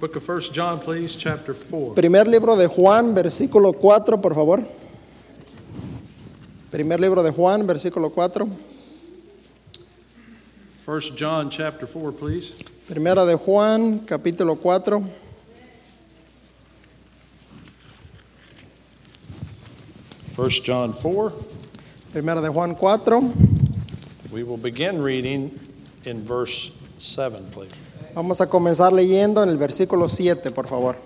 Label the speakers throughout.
Speaker 1: Book of First John, please, chapter 4.
Speaker 2: Primer libro de Juan, versículo 4, por favor. Primer libro de Juan, versículo 4.
Speaker 1: First John, chapter 4, please.
Speaker 2: Primera de Juan, capítulo 4.
Speaker 1: First John 4.
Speaker 2: Primera de Juan 4.
Speaker 1: We will begin reading in verse 7, please.
Speaker 2: Vamos a comenzar leyendo en el versículo 7, por favor.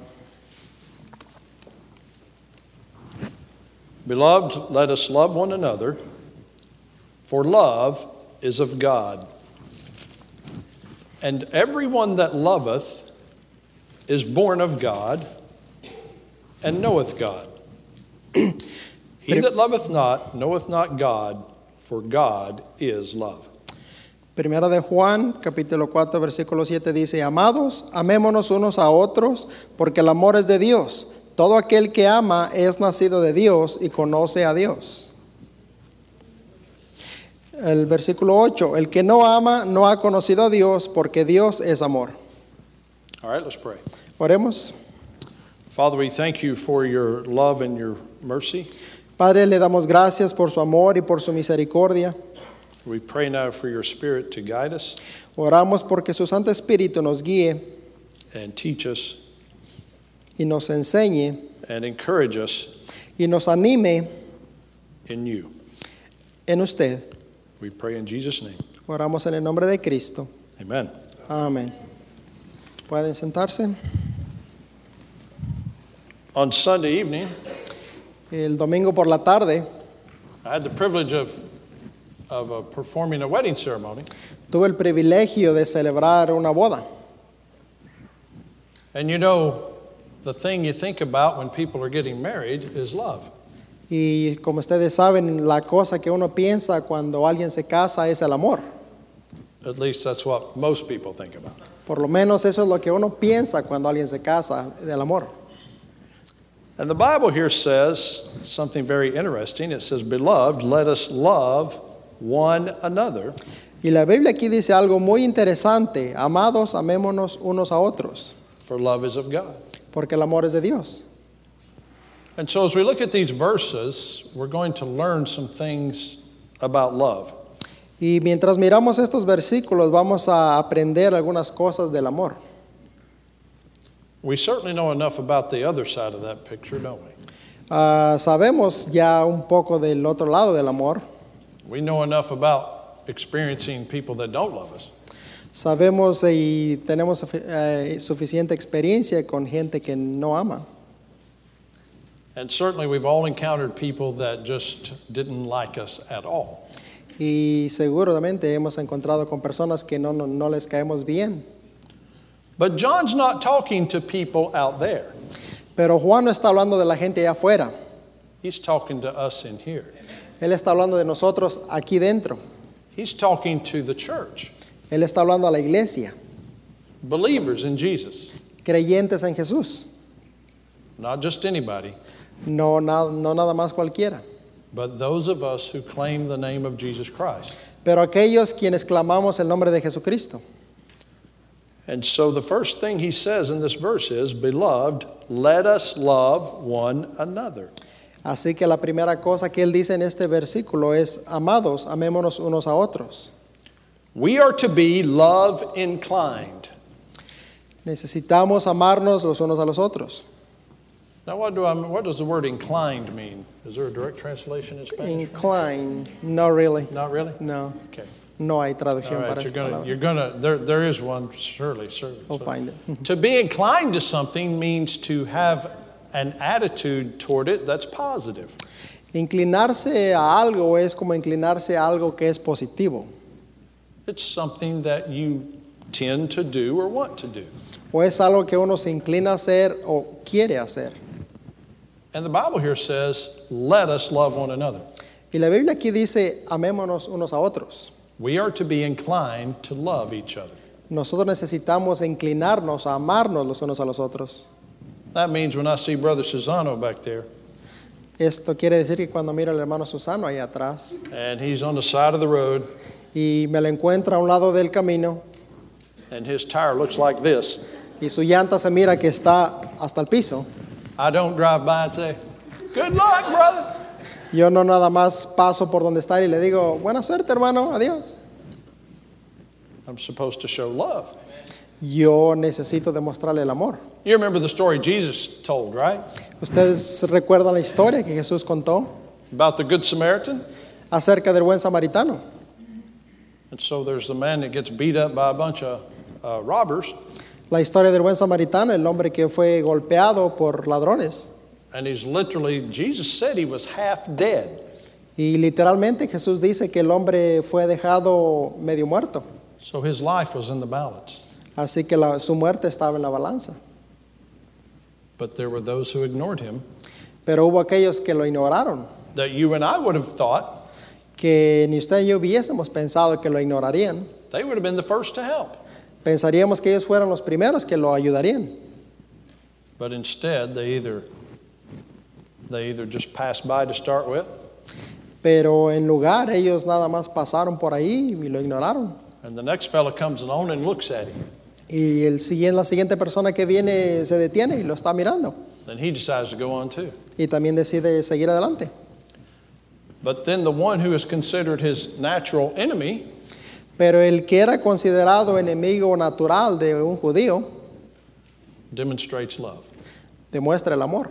Speaker 1: Beloved, let us love one another, for love is of God. And everyone that loveth is born of God and knoweth God. he that loveth not knoweth not God, for God is love.
Speaker 2: Primera de Juan, capítulo 4, versículo 7 dice, Amados, amémonos unos a otros, porque el amor es de Dios. Todo aquel que ama es nacido de Dios y conoce a Dios. El versículo 8, el que no ama no ha conocido a Dios, porque Dios es amor.
Speaker 1: All right, let's pray.
Speaker 2: Oremos.
Speaker 1: Father, we thank you for your love and your mercy.
Speaker 2: Padre, le damos gracias por su amor y por su misericordia.
Speaker 1: We pray now for your spirit to guide us
Speaker 2: Oramos porque su Santo Espíritu nos guíe
Speaker 1: and teach us
Speaker 2: y nos enseñe
Speaker 1: and encourage us
Speaker 2: y nos anime
Speaker 1: in you.
Speaker 2: en usted.
Speaker 1: We pray in Jesus' name.
Speaker 2: Oramos en el nombre de Cristo.
Speaker 1: Amen.
Speaker 2: Amén. ¿Pueden sentarse?
Speaker 1: On Sunday evening,
Speaker 2: El domingo por la tarde
Speaker 1: I had the privilege of, of uh, performing a wedding ceremony,
Speaker 2: tuve el privilegio de celebrar una boda.
Speaker 1: and you know, the thing you think about when people are getting married is love.
Speaker 2: Y como ustedes saben, la cosa que uno piensa cuando alguien se casa es el amor.
Speaker 1: At least that's what most people think about.
Speaker 2: Por lo menos eso es lo que uno piensa cuando alguien se casa, del amor.
Speaker 1: And the Bible here says something very interesting. It says, Beloved, let us love one another,
Speaker 2: Y la Biblia aquí dice algo muy interesante. Amados, amémonos unos a otros,
Speaker 1: for love is of God.
Speaker 2: porque el amor es de Dios.
Speaker 1: And so, as we look at these verses, we're going to learn some things about love.
Speaker 2: Y mientras miramos estos versículos, vamos a aprender algunas cosas del amor.
Speaker 1: We certainly know enough about the other side of that picture, don't we?
Speaker 2: Ah, sabemos ya un poco del otro lado del amor.
Speaker 1: We know enough about experiencing people that don't love us.
Speaker 2: Sabemos y tenemos eh, suficiente experiencia con gente que no ama.
Speaker 1: And certainly, we've all encountered people that just didn't like us at all.
Speaker 2: Y seguramente hemos encontrado con personas que no, no, no les caemos bien.
Speaker 1: But John's not talking to people out there,
Speaker 2: Pero Juan no está hablando de la gente allá afuera.
Speaker 1: he's talking to us in here.
Speaker 2: Él está hablando de nosotros aquí dentro.
Speaker 1: He's talking to the church,
Speaker 2: Él está hablando a la iglesia,
Speaker 1: believers in Jesus,
Speaker 2: creyentes en Jesús.
Speaker 1: not just anybody,
Speaker 2: No, na- no nada más cualquiera.
Speaker 1: but those of us who claim the name of Jesus Christ.
Speaker 2: Pero aquellos quienes clamamos el nombre de Jesucristo.
Speaker 1: And so the first thing he says in this verse is, Beloved, let us love one another.
Speaker 2: Así que la primera cosa que él dice en este versículo es, amados, amémonos unos a otros.
Speaker 1: We are to be love inclined.
Speaker 2: Necesitamos amarnos los unos a los otros.
Speaker 1: Now, what, do I, what does the word inclined mean? Is there a direct translation in Spanish?
Speaker 2: Incline, no really,
Speaker 1: Not really?
Speaker 2: no,
Speaker 1: Okay.
Speaker 2: no hay
Speaker 1: All
Speaker 2: traducción
Speaker 1: right,
Speaker 2: para
Speaker 1: you're
Speaker 2: esa
Speaker 1: gonna,
Speaker 2: palabra.
Speaker 1: you're gonna, there, there is one, surely, certainly.
Speaker 2: We'll find it.
Speaker 1: To be inclined to something means to have an attitude toward it that's positive.
Speaker 2: Inclinarse a algo es como inclinarse a algo que es positivo,
Speaker 1: It's something that you tend to do or want to do.
Speaker 2: o es algo que uno se inclina a hacer o quiere hacer.
Speaker 1: And the Bible here says, let us love one another.
Speaker 2: Y la Biblia aquí dice, amémonos unos a otros.
Speaker 1: We are to be inclined to love each other.
Speaker 2: Nosotros necesitamos inclinarnos a amarnos los unos a los otros.
Speaker 1: That means when I see Brother Susano back there,
Speaker 2: Esto quiere decir que cuando miro al hermano Susano ahí atrás
Speaker 1: and he's on the side of the road,
Speaker 2: y me lo encuentro a un lado del camino
Speaker 1: and his tire looks like this,
Speaker 2: y su llanta se mira que está hasta el piso.
Speaker 1: I don't drive by and say, Good luck, brother.
Speaker 2: Yo no nada más paso por donde está y le digo, buena suerte hermano, adiós.
Speaker 1: I'm supposed to show love.
Speaker 2: Yo necesito demostrarle el amor.
Speaker 1: You remember the story Jesus told, right?
Speaker 2: Ustedes recuerdan la historia que Jesús contó
Speaker 1: About the Good Samaritan?
Speaker 2: acerca del buen samaritano.
Speaker 1: And so there's the man that gets beat up by a bunch of uh, robbers,
Speaker 2: La historia del buen samaritano, el hombre que fue golpeado por ladrones.
Speaker 1: and he's literally, Jesus said he was half dead.
Speaker 2: Y literalmente Jesús dice que el hombre fue dejado medio muerto.
Speaker 1: So his life was in the balance.
Speaker 2: Así que la- su muerte estaba en la balanza.
Speaker 1: But there were those who ignored him
Speaker 2: Pero hubo aquellos que lo ignoraron,
Speaker 1: that you and I would have thought
Speaker 2: que ni usted ni yo hubiésemos pensado que lo ignorarían.
Speaker 1: they would have been the first to help.
Speaker 2: Pensaríamos que ellos fueran los primeros que lo ayudarían.
Speaker 1: But instead, they either they either just passed by to start with,
Speaker 2: Pero en lugar, ellos nada más pasaron por ahí y lo ignoraron.
Speaker 1: and the next fella comes along and looks at him.
Speaker 2: Y el, siguiente- la siguiente persona que viene se detiene y lo está mirando.
Speaker 1: Then he decides to go on too.
Speaker 2: Y también decide seguir adelante.
Speaker 1: But then the one who is considered his natural enemy
Speaker 2: Pero el que era considerado enemigo natural de un judío
Speaker 1: demonstrates love.
Speaker 2: demuestra el amor.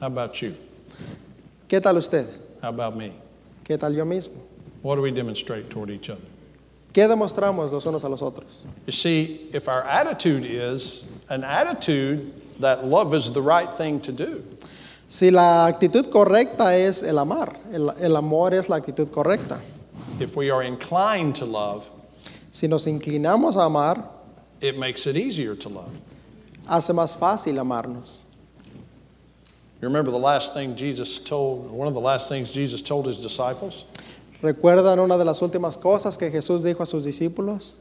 Speaker 1: How about you?
Speaker 2: ¿Qué tal usted?
Speaker 1: How about me?
Speaker 2: ¿Qué tal yo mismo?
Speaker 1: What do we demonstrate toward each other?
Speaker 2: ¿Qué demostramos los unos a los otros?
Speaker 1: You see, if our attitude is an attitude that love is the right thing to do,
Speaker 2: Si la actitud correcta es el amar, el, el amor es la actitud correcta.
Speaker 1: if we are inclined to love,
Speaker 2: Si nos inclinamos a amar,
Speaker 1: it makes it easier to love.
Speaker 2: hace más fácil amarnos.
Speaker 1: You remember the last thing Jesus told, one of the last things Jesus told his disciples?
Speaker 2: ¿Recuerdan una de las últimas cosas que Jesús dijo a sus discípulos?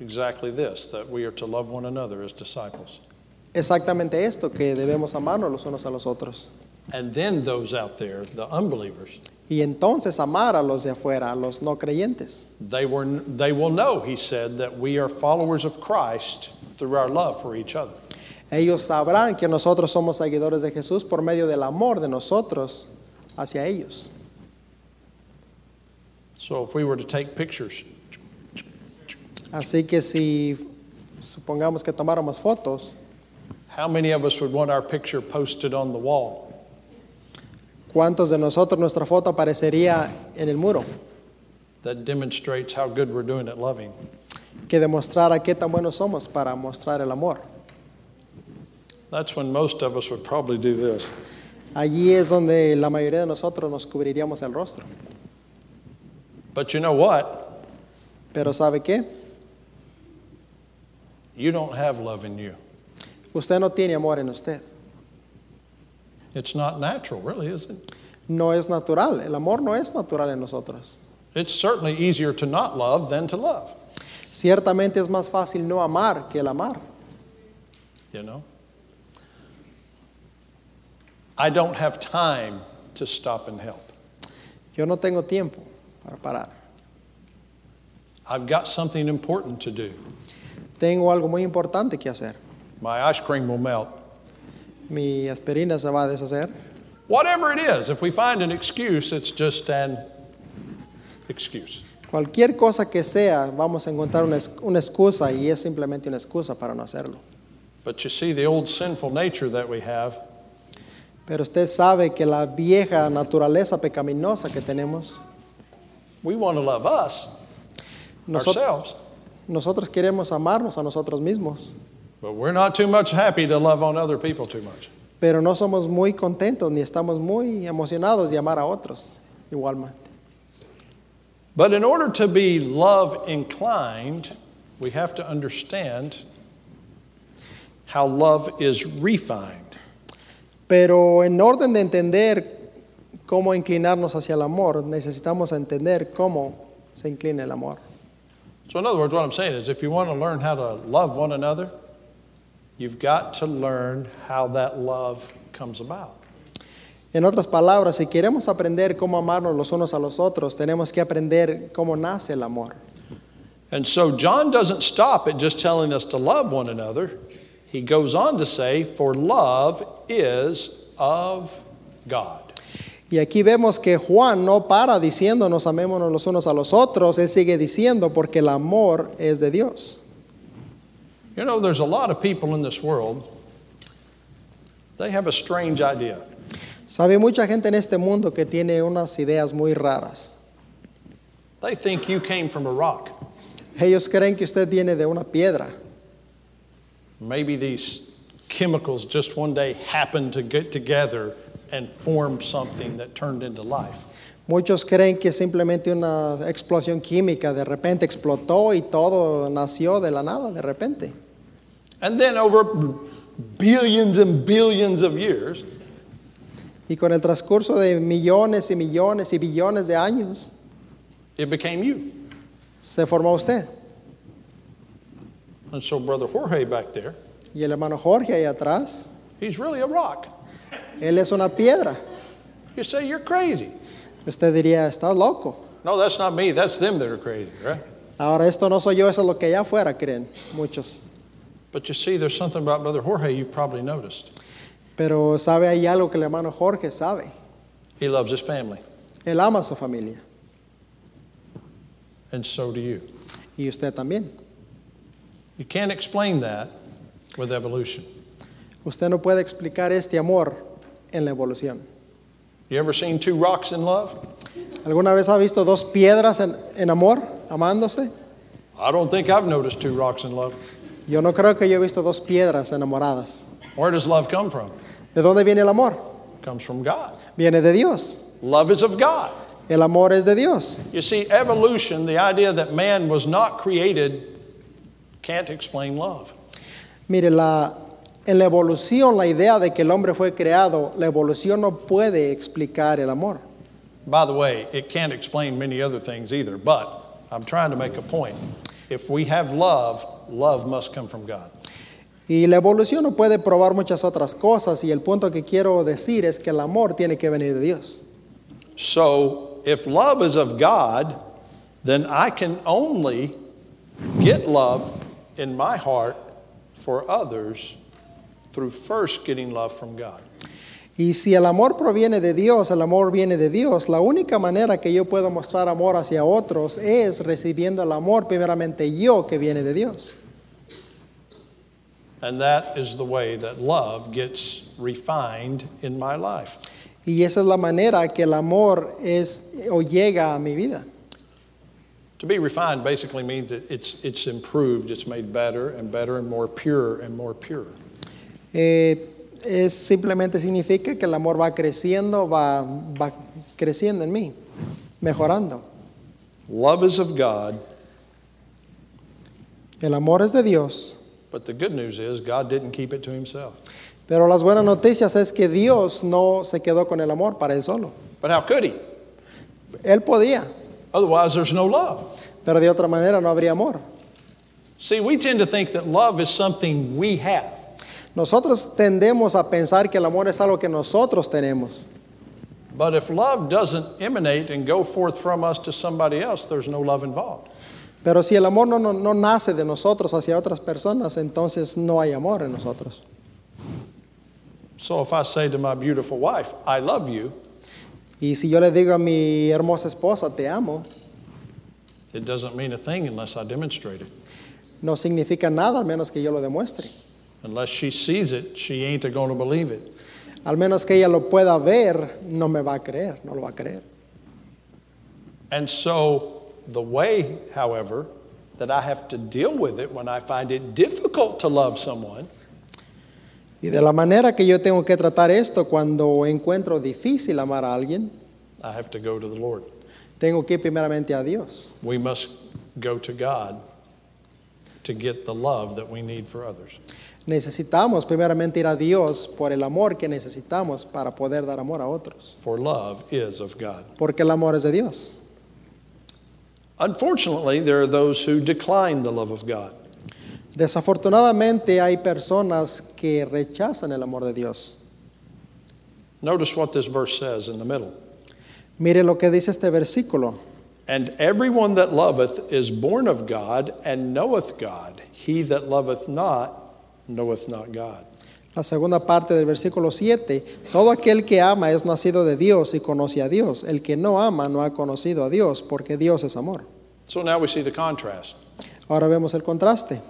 Speaker 1: Exactly this that we are to love one another as disciples.
Speaker 2: Exactamente esto, que debemos amarnos los unos a los otros.
Speaker 1: And then those out there, the unbelievers,
Speaker 2: Y entonces amar a los de afuera, a los no creyentes.
Speaker 1: they, were, they will know, he said, that we are followers of Christ through our love for each other.
Speaker 2: Ellos sabrán que nosotros somos seguidores de Jesús por medio del amor de nosotros hacia ellos.
Speaker 1: So if we were to take pictures,
Speaker 2: Así que si supongamos que tomáramos fotos,
Speaker 1: how many of us would want our picture posted on the wall?
Speaker 2: ¿cuántos de nosotros nuestra foto aparecería en el muro?
Speaker 1: That demonstrates how good we're doing at loving.
Speaker 2: Que demostrara qué tan buenos somos para mostrar el amor.
Speaker 1: That's when most of us would probably do this.
Speaker 2: Allí es donde la mayoría de nosotros nos cubriríamos el rostro.
Speaker 1: But you know what?
Speaker 2: Pero ¿sabe qué?
Speaker 1: You don't have love in you.
Speaker 2: Usted no tiene amor en usted.
Speaker 1: It's not natural, really, is it?
Speaker 2: No es natural. El amor no es natural en nosotros.
Speaker 1: It's certainly easier to not love than to love,
Speaker 2: Ciertamente es más fácil no amar que el amar.
Speaker 1: you know? I don't have time to stop and help.
Speaker 2: Yo no tengo tiempo para parar.
Speaker 1: I've got something important to do.
Speaker 2: Tengo algo muy importante que hacer.
Speaker 1: My ice cream will melt.
Speaker 2: Mi aspirina se va a deshacer.
Speaker 1: Whatever it is, if we find an excuse, it's just an excuse.
Speaker 2: Cualquier cosa que sea, vamos a encontrar una, ex- una excusa y es simplemente una excusa para no hacerlo.
Speaker 1: But you see, the old sinful nature that we have,
Speaker 2: Pero usted sabe que la vieja naturaleza pecaminosa que tenemos,
Speaker 1: we want to love us,
Speaker 2: nosotros,
Speaker 1: ourselves,
Speaker 2: nosotros queremos amarnos a nosotros mismos,
Speaker 1: but we're not too much happy to love on other people too much.
Speaker 2: pero no somos muy contentos ni estamos muy emocionados de amar a otros igualmente.
Speaker 1: But in order to be love inclined, we have to understand how love is refined.
Speaker 2: Pero en orden de entender cómo inclinarnos hacia el amor, necesitamos entender cómo se inclina el amor.
Speaker 1: So, in other words, what I'm saying is if you want to learn how to love one another, you've got to learn how that love comes about.
Speaker 2: En otras palabras, si queremos aprender cómo amarnos los unos a los otros, tenemos que aprender cómo nace el amor.
Speaker 1: And so John doesn't stop at just telling us to love one another. He goes on to say, For love is of God.
Speaker 2: Y aquí vemos que Juan no para diciéndonos amémonos los unos a los otros, él sigue diciendo porque el amor es de Dios.
Speaker 1: You know, there's a lot of people in this world, they have a strange idea.
Speaker 2: Sabe mucha gente en este mundo que tiene unas ideas muy raras.
Speaker 1: They think you came from a rock.
Speaker 2: Ellos creen que usted viene de una piedra.
Speaker 1: Maybe these chemicals just one day happened to get together and form something that turned into life.
Speaker 2: Muchos creen que es simplemente una explosión química, de repente explotó y todo nació de la nada, de repente.
Speaker 1: And then over billions and billions of years,
Speaker 2: Y con el transcurso de millones y millones y billones de años,
Speaker 1: it became you.
Speaker 2: se formó usted.
Speaker 1: And so, Brother Jorge back there,
Speaker 2: Y el hermano Jorge ahí atrás,
Speaker 1: he's really a rock.
Speaker 2: él es una piedra.
Speaker 1: You say, You're crazy.
Speaker 2: Usted diría, está loco.
Speaker 1: No, that's not me. That's them that are crazy, right?
Speaker 2: Ahora esto no soy yo, eso es lo que allá afuera creen muchos.
Speaker 1: But you see, there's something about Brother Jorge you've probably noticed.
Speaker 2: Pero sabe, hay algo que el hermano Jorge sabe.
Speaker 1: He loves his family,
Speaker 2: Él ama a su familia
Speaker 1: and so do you.
Speaker 2: y usted también.
Speaker 1: You can't explain that with evolution.
Speaker 2: Usted no puede explicar este amor en la evolución.
Speaker 1: You ever seen two rocks in love?
Speaker 2: ¿Alguna vez ha visto dos piedras en, en amor, amándose?
Speaker 1: I don't think I've noticed two rocks in love.
Speaker 2: Yo no creo que yo he visto dos piedras enamoradas.
Speaker 1: Where does love come from?
Speaker 2: ¿De dónde viene el amor?
Speaker 1: It comes from God.
Speaker 2: Viene de Dios.
Speaker 1: Love is of God.
Speaker 2: El amor es de Dios.
Speaker 1: You see, evolution, the idea that man was not created, can't explain love.
Speaker 2: Mire, la, en la evolución, la idea de que el hombre fue creado, la evolución no puede explicar el amor.
Speaker 1: By the way, it can't explain many other things either, but I'm trying to make a point. If we have love, love must come from God.
Speaker 2: Y la evolución no puede probar muchas otras cosas y el punto que quiero decir es que el amor tiene que venir de Dios.
Speaker 1: So, if love is of God, then I can only get love in my heart for others through first getting love from God.
Speaker 2: Y si el amor proviene de Dios, el amor viene de Dios, la única manera que yo puedo mostrar amor hacia otros es recibiendo el amor primeramente yo que viene de Dios.
Speaker 1: And that is the way that love gets refined in my life.
Speaker 2: Y esa es la manera que el amor es o llega a mi vida.
Speaker 1: To be refined basically means that it's, it's improved, it's made better and better and more pure and more pure.
Speaker 2: Eh, es simplemente significa que el amor va creciendo, va, va creciendo en mí, mejorando.
Speaker 1: Love is of God,
Speaker 2: El amor es de Dios.
Speaker 1: but the good news is God didn't keep it to himself.
Speaker 2: Pero las buenas noticias es que Dios no se quedó con el amor para él solo.
Speaker 1: But how could he?
Speaker 2: Él podía,
Speaker 1: Otherwise, there's no love.
Speaker 2: pero de otra manera no habría amor.
Speaker 1: See, we tend to think that love is something we have.
Speaker 2: Nosotros tendemos a pensar que el amor es algo que nosotros tenemos.
Speaker 1: But if love doesn't emanate and go forth from us to somebody else, there's no love involved.
Speaker 2: Pero si el amor no, no, no nace de nosotros hacia otras personas, entonces no hay amor en nosotros.
Speaker 1: So if I say to my beautiful wife, I love you,
Speaker 2: Y si yo le digo a mi hermosa esposa, te amo,
Speaker 1: it doesn't mean a thing unless I demonstrate it.
Speaker 2: no significa nada al menos que yo lo demuestre.
Speaker 1: Unless she sees it, she ain't a going to believe it.
Speaker 2: Al menos que ella lo pueda ver, no me va a creer, no lo va a creer.
Speaker 1: And so, the way, however, that I have to deal with it when I find it difficult to love someone
Speaker 2: Y de la manera que yo tengo que tratar esto cuando encuentro difícil amar a alguien,
Speaker 1: I have to go to the Lord.
Speaker 2: tengo que ir primeramente a Dios.
Speaker 1: We must go to God to get the love that we need for others.
Speaker 2: Necesitamos primeramente ir a Dios por el amor que necesitamos para poder dar amor a otros,
Speaker 1: For love is of God.
Speaker 2: porque el amor es de Dios.
Speaker 1: Unfortunately, there are those who decline the love of God.
Speaker 2: Desafortunadamente hay personas que rechazan el amor de Dios.
Speaker 1: Notice what this verse says in the middle.
Speaker 2: Mire lo que dice este versículo.
Speaker 1: And everyone that loveth is born of God and knoweth God. He that loveth not knoweth not God.
Speaker 2: La segunda parte del versículo 7, todo aquel que ama es nacido de Dios y conoce a Dios. El que no ama no ha conocido a Dios, porque Dios es amor.
Speaker 1: So now we see the contrast.
Speaker 2: Ahora vemos el contraste.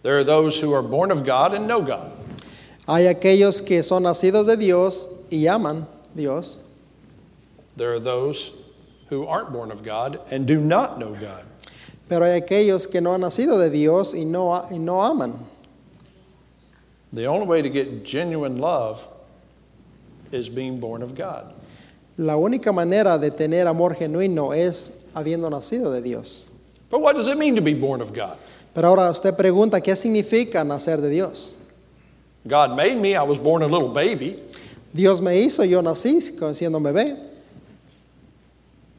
Speaker 1: There are those who are born of God and know God.
Speaker 2: Hay aquellos que son nacidos de Dios y aman Dios.
Speaker 1: There are those who aren't born of God and do not know God.
Speaker 2: Pero hay aquellos que no han nacido de Dios y no, y no aman.
Speaker 1: The only way to get genuine love is being born of God.
Speaker 2: La única manera de tener amor genuino es habiendo nacido de Dios.
Speaker 1: But what does it mean to be born of God?
Speaker 2: Pero ahora usted pregunta, ¿qué significa nacer de Dios?
Speaker 1: God made me, I was born a little baby,
Speaker 2: Dios me hizo, yo nací siendo un bebé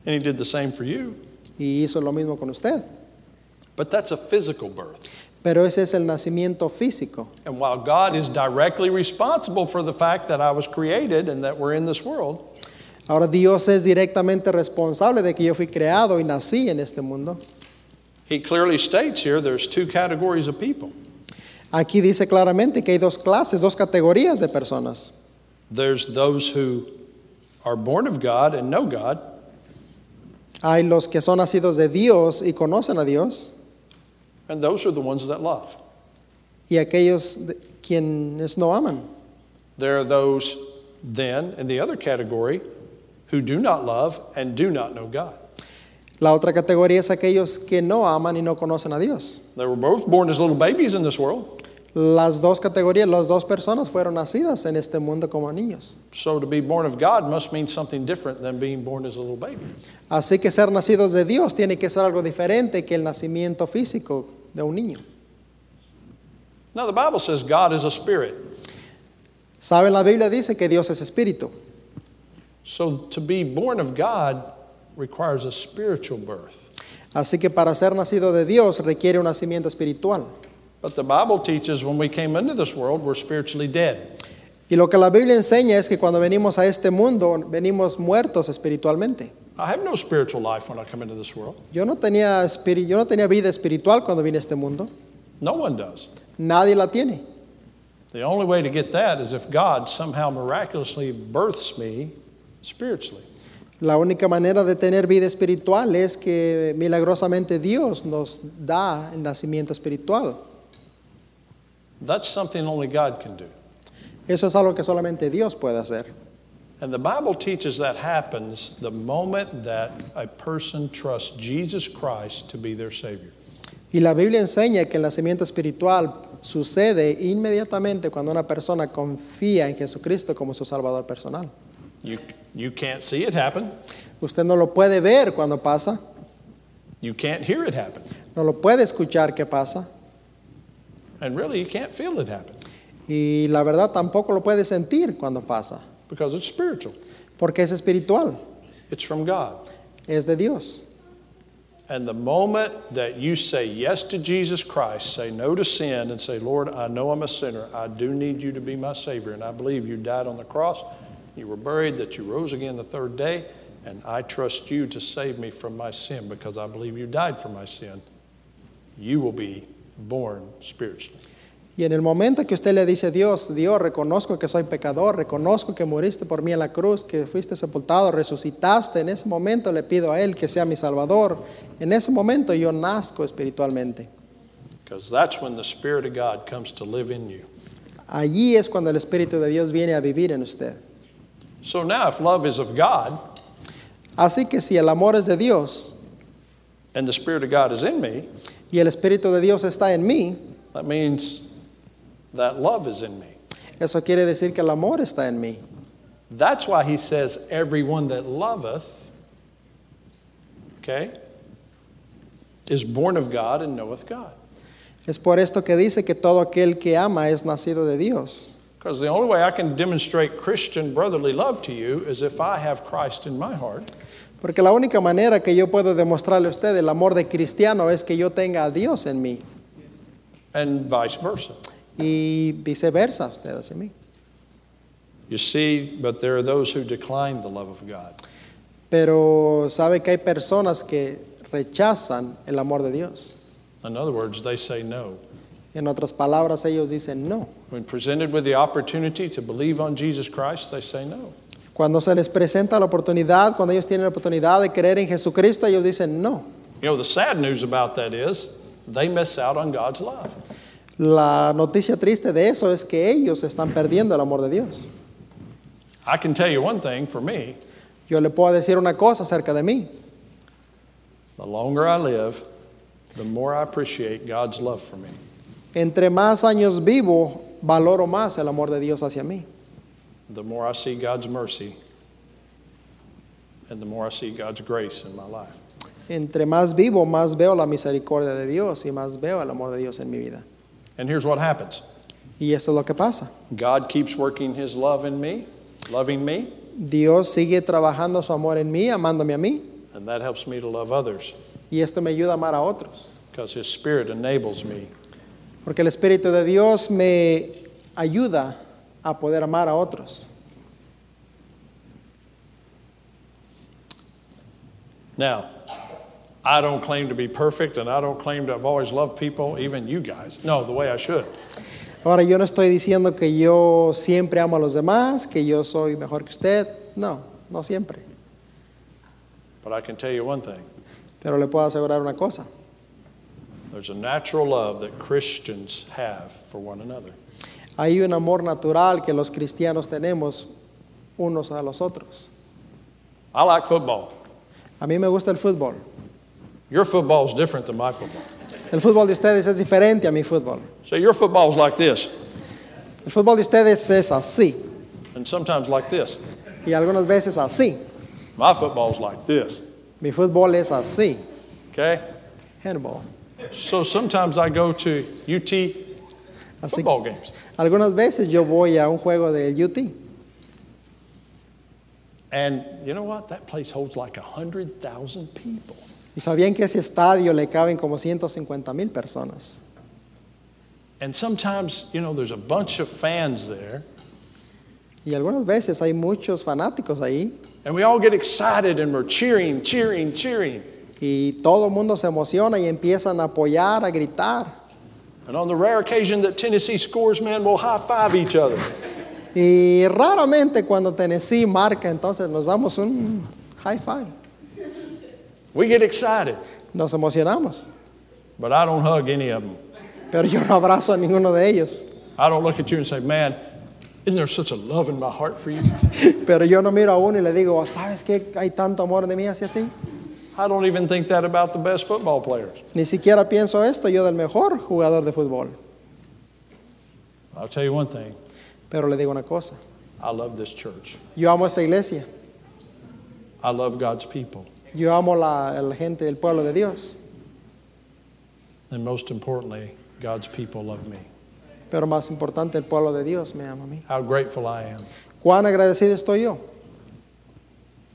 Speaker 1: and He did the same for you.
Speaker 2: y hizo lo mismo con usted.
Speaker 1: But that's a physical birth.
Speaker 2: Pero ese es el nacimiento físico.
Speaker 1: And while God is directly responsible for the fact that I was created and that we're in this world,
Speaker 2: Ahora Dios es directamente responsable de que yo fui creado y nací en este mundo.
Speaker 1: He clearly states here there's two categories of people
Speaker 2: Aquí dice claramente que hay dos clases, dos categorías de personas.
Speaker 1: there's those who are born of God and know God,
Speaker 2: Hay los que son nacidos de Dios y conocen a Dios,
Speaker 1: and those are the ones that love.
Speaker 2: y aquellos de- quienes no aman.
Speaker 1: There are those then in the other category who do not love and do not know God.
Speaker 2: La otra categoría es aquellos que no aman y no conocen a Dios.
Speaker 1: They were both born as little babies in this world.
Speaker 2: Las dos categorías, las dos personas fueron nacidas en este mundo como niños.
Speaker 1: So to be born of God must mean something different than being born as a little baby.
Speaker 2: Así que ser nacidos de Dios tiene que ser algo diferente que el nacimiento físico de un niño.
Speaker 1: Now the Bible says God is a spirit.
Speaker 2: Saben, la Biblia dice que Dios es espíritu.
Speaker 1: So to be born of God requires a spiritual birth.
Speaker 2: Así que para ser nacido de Dios requiere un nacimiento espiritual.
Speaker 1: But the Bible teaches when we came into this world, we're spiritually dead.
Speaker 2: Y lo que la Biblia enseña es que cuando venimos a este mundo, venimos muertos espiritualmente.
Speaker 1: I have no spiritual life when I come into this world.
Speaker 2: Yo no tenía, espiri- yo no tenía vida espiritual cuando vine a este mundo.
Speaker 1: No one does.
Speaker 2: Nadie la tiene.
Speaker 1: The only way to get that is if God somehow miraculously births me spiritually.
Speaker 2: La única manera de tener vida espiritual es que milagrosamente Dios nos da el nacimiento espiritual.
Speaker 1: That's something only God can do.
Speaker 2: Eso es algo que solamente Dios puede hacer.
Speaker 1: And the Bible teaches that happens the moment that a person trusts Jesus Christ to be their Savior.
Speaker 2: Y la Biblia enseña que el nacimiento espiritual sucede inmediatamente cuando una persona confía en Jesucristo como su Salvador personal.
Speaker 1: You, you can't see it happen,
Speaker 2: Usted no lo puede ver cuando pasa,
Speaker 1: you can't hear it happen,
Speaker 2: no lo puede escuchar que pasa
Speaker 1: and really you can't feel it happen
Speaker 2: y la verdad tampoco lo puede sentir cuando pasa,
Speaker 1: because it's spiritual,
Speaker 2: porque es espiritual,
Speaker 1: it's from God.
Speaker 2: es de Dios.
Speaker 1: And the moment that you say yes to Jesus Christ, say no to sin, and say, Lord, I know I'm a sinner. I do need you to be my Savior. And I believe you died on the cross, you were buried, that you rose again the third day, and I trust you to save me from my sin because I believe you died for my sin. You will be born spiritually.
Speaker 2: Y en el momento que usted le dice a Dios, Dios, reconozco que soy pecador, reconozco que moriste por mí en la cruz, que fuiste sepultado, resucitaste, en ese momento le pido a Él que sea mi Salvador, en ese momento yo nazco espiritualmente.
Speaker 1: Because that's when the Spirit of God comes to live in you.
Speaker 2: Allí es cuando el Espíritu de Dios viene a vivir en usted.
Speaker 1: So now, if love is of God
Speaker 2: Así que si el amor es de Dios
Speaker 1: and the Spirit of God is in me,
Speaker 2: y el Espíritu de Dios está en mí,
Speaker 1: that means that love is in me.
Speaker 2: eso quiere decir que el amor está en mí.
Speaker 1: That's why he says, Everyone that loveth, okay, is born of God and knoweth God.
Speaker 2: Es por esto que dice que todo aquel que ama es nacido de Dios.
Speaker 1: Because the only way I can demonstrate Christian brotherly love to you is if I have Christ in my heart.
Speaker 2: Porque la única manera que yo puedo demostrarle a usted el amor de cristiano es que yo tenga a Dios en mí
Speaker 1: And vice versa.
Speaker 2: y viceversa usted hacia mí.
Speaker 1: You see, but there are those who decline the love of God.
Speaker 2: pero sabe que hay personas que rechazan el amor de Dios.
Speaker 1: In other words, they say no.
Speaker 2: En otras palabras, ellos dicen no.
Speaker 1: When presented with the opportunity to believe on Jesus Christ, they say no.
Speaker 2: Cuando se les presenta la oportunidad, cuando ellos tienen la oportunidad de creer en Jesucristo, ellos dicen no.
Speaker 1: You know, the sad news about that is they miss out on God's love.
Speaker 2: La noticia triste de eso es que ellos están perdiendo el amor de Dios.
Speaker 1: I can tell you one thing for me
Speaker 2: Yo le puedo decir una cosa acerca de mí.
Speaker 1: the longer I live, the more I appreciate God's love for me.
Speaker 2: Entre más años vivo, valoro más el amor de Dios hacia mí.
Speaker 1: The more I see God's mercy, and the more I see God's grace in my life.
Speaker 2: Entre más vivo, más veo la misericordia de Dios y más veo el amor de Dios en mi vida.
Speaker 1: And here's what happens
Speaker 2: Y eso es lo que pasa.
Speaker 1: God keeps working His love in me, loving me,
Speaker 2: Dios sigue trabajando su amor en mí, amándome a mí,
Speaker 1: and that helps me to love others
Speaker 2: y esto me ayuda a amar a otros.
Speaker 1: because His Spirit enables me
Speaker 2: Porque el Espíritu de Dios me ayuda a poder amar a otros.
Speaker 1: Now, I don't claim to be perfect and I don't claim to have always loved people, even you guys. No, the way I should.
Speaker 2: Ahora, yo no estoy diciendo que yo siempre amo a los demás, que yo soy mejor que usted. No, no siempre.
Speaker 1: But I can tell you one thing
Speaker 2: Pero le puedo asegurar una cosa.
Speaker 1: there's a natural love that Christians have for one another.
Speaker 2: Hay un amor natural que los cristianos tenemos unos a los otros.
Speaker 1: I like football.
Speaker 2: A mí me gusta el fútbol.
Speaker 1: Your football's different than my football.
Speaker 2: El fútbol de ustedes es diferente a mi fútbol.
Speaker 1: So your football's like this,
Speaker 2: El fútbol de ustedes es así
Speaker 1: and sometimes like this.
Speaker 2: y algunas veces así.
Speaker 1: My football's like this,
Speaker 2: Mi fútbol es así.
Speaker 1: okay?
Speaker 2: Handball.
Speaker 1: So sometimes I go to UT
Speaker 2: Así
Speaker 1: football games,
Speaker 2: algunas veces yo voy a un juego del UT
Speaker 1: and you know what? That place holds like 100,000 people.
Speaker 2: y sabían que ese estadio le caben como 150 mil personas.
Speaker 1: And sometimes, you know, there's a bunch of fans there,
Speaker 2: Y algunas veces hay muchos fanáticos ahí
Speaker 1: and we all get excited and we're cheering, cheering, cheering.
Speaker 2: y todo el mundo se emociona y empiezan a apoyar, a gritar.
Speaker 1: And on the rare occasion that Tennessee scores, man, we'll high five each other.
Speaker 2: Y raramente cuando Tennessee marca, entonces nos damos un high five.
Speaker 1: We get excited,
Speaker 2: Nos emocionamos,
Speaker 1: but I don't hug any of them.
Speaker 2: pero yo no abrazo a ninguno de ellos.
Speaker 1: I don't look at you and say, man, isn't there such a love in my heart for you?
Speaker 2: Pero yo no miro a uno y le digo, ¿sabes qué? Hay tanto amor de mí hacia ti.
Speaker 1: I don't even think that about the best football players.
Speaker 2: Ni siquiera pienso esto yo del mejor jugador de fútbol.
Speaker 1: I'll tell you one thing
Speaker 2: Pero le digo una cosa,
Speaker 1: I love this church,
Speaker 2: yo amo esta iglesia,
Speaker 1: I love God's people,
Speaker 2: yo amo la, la gente del pueblo de Dios,
Speaker 1: and most importantly, God's people love me.
Speaker 2: pero más importante, el pueblo de Dios me ama a mí.
Speaker 1: How grateful I am.
Speaker 2: ¿Cuán agradecido estoy yo?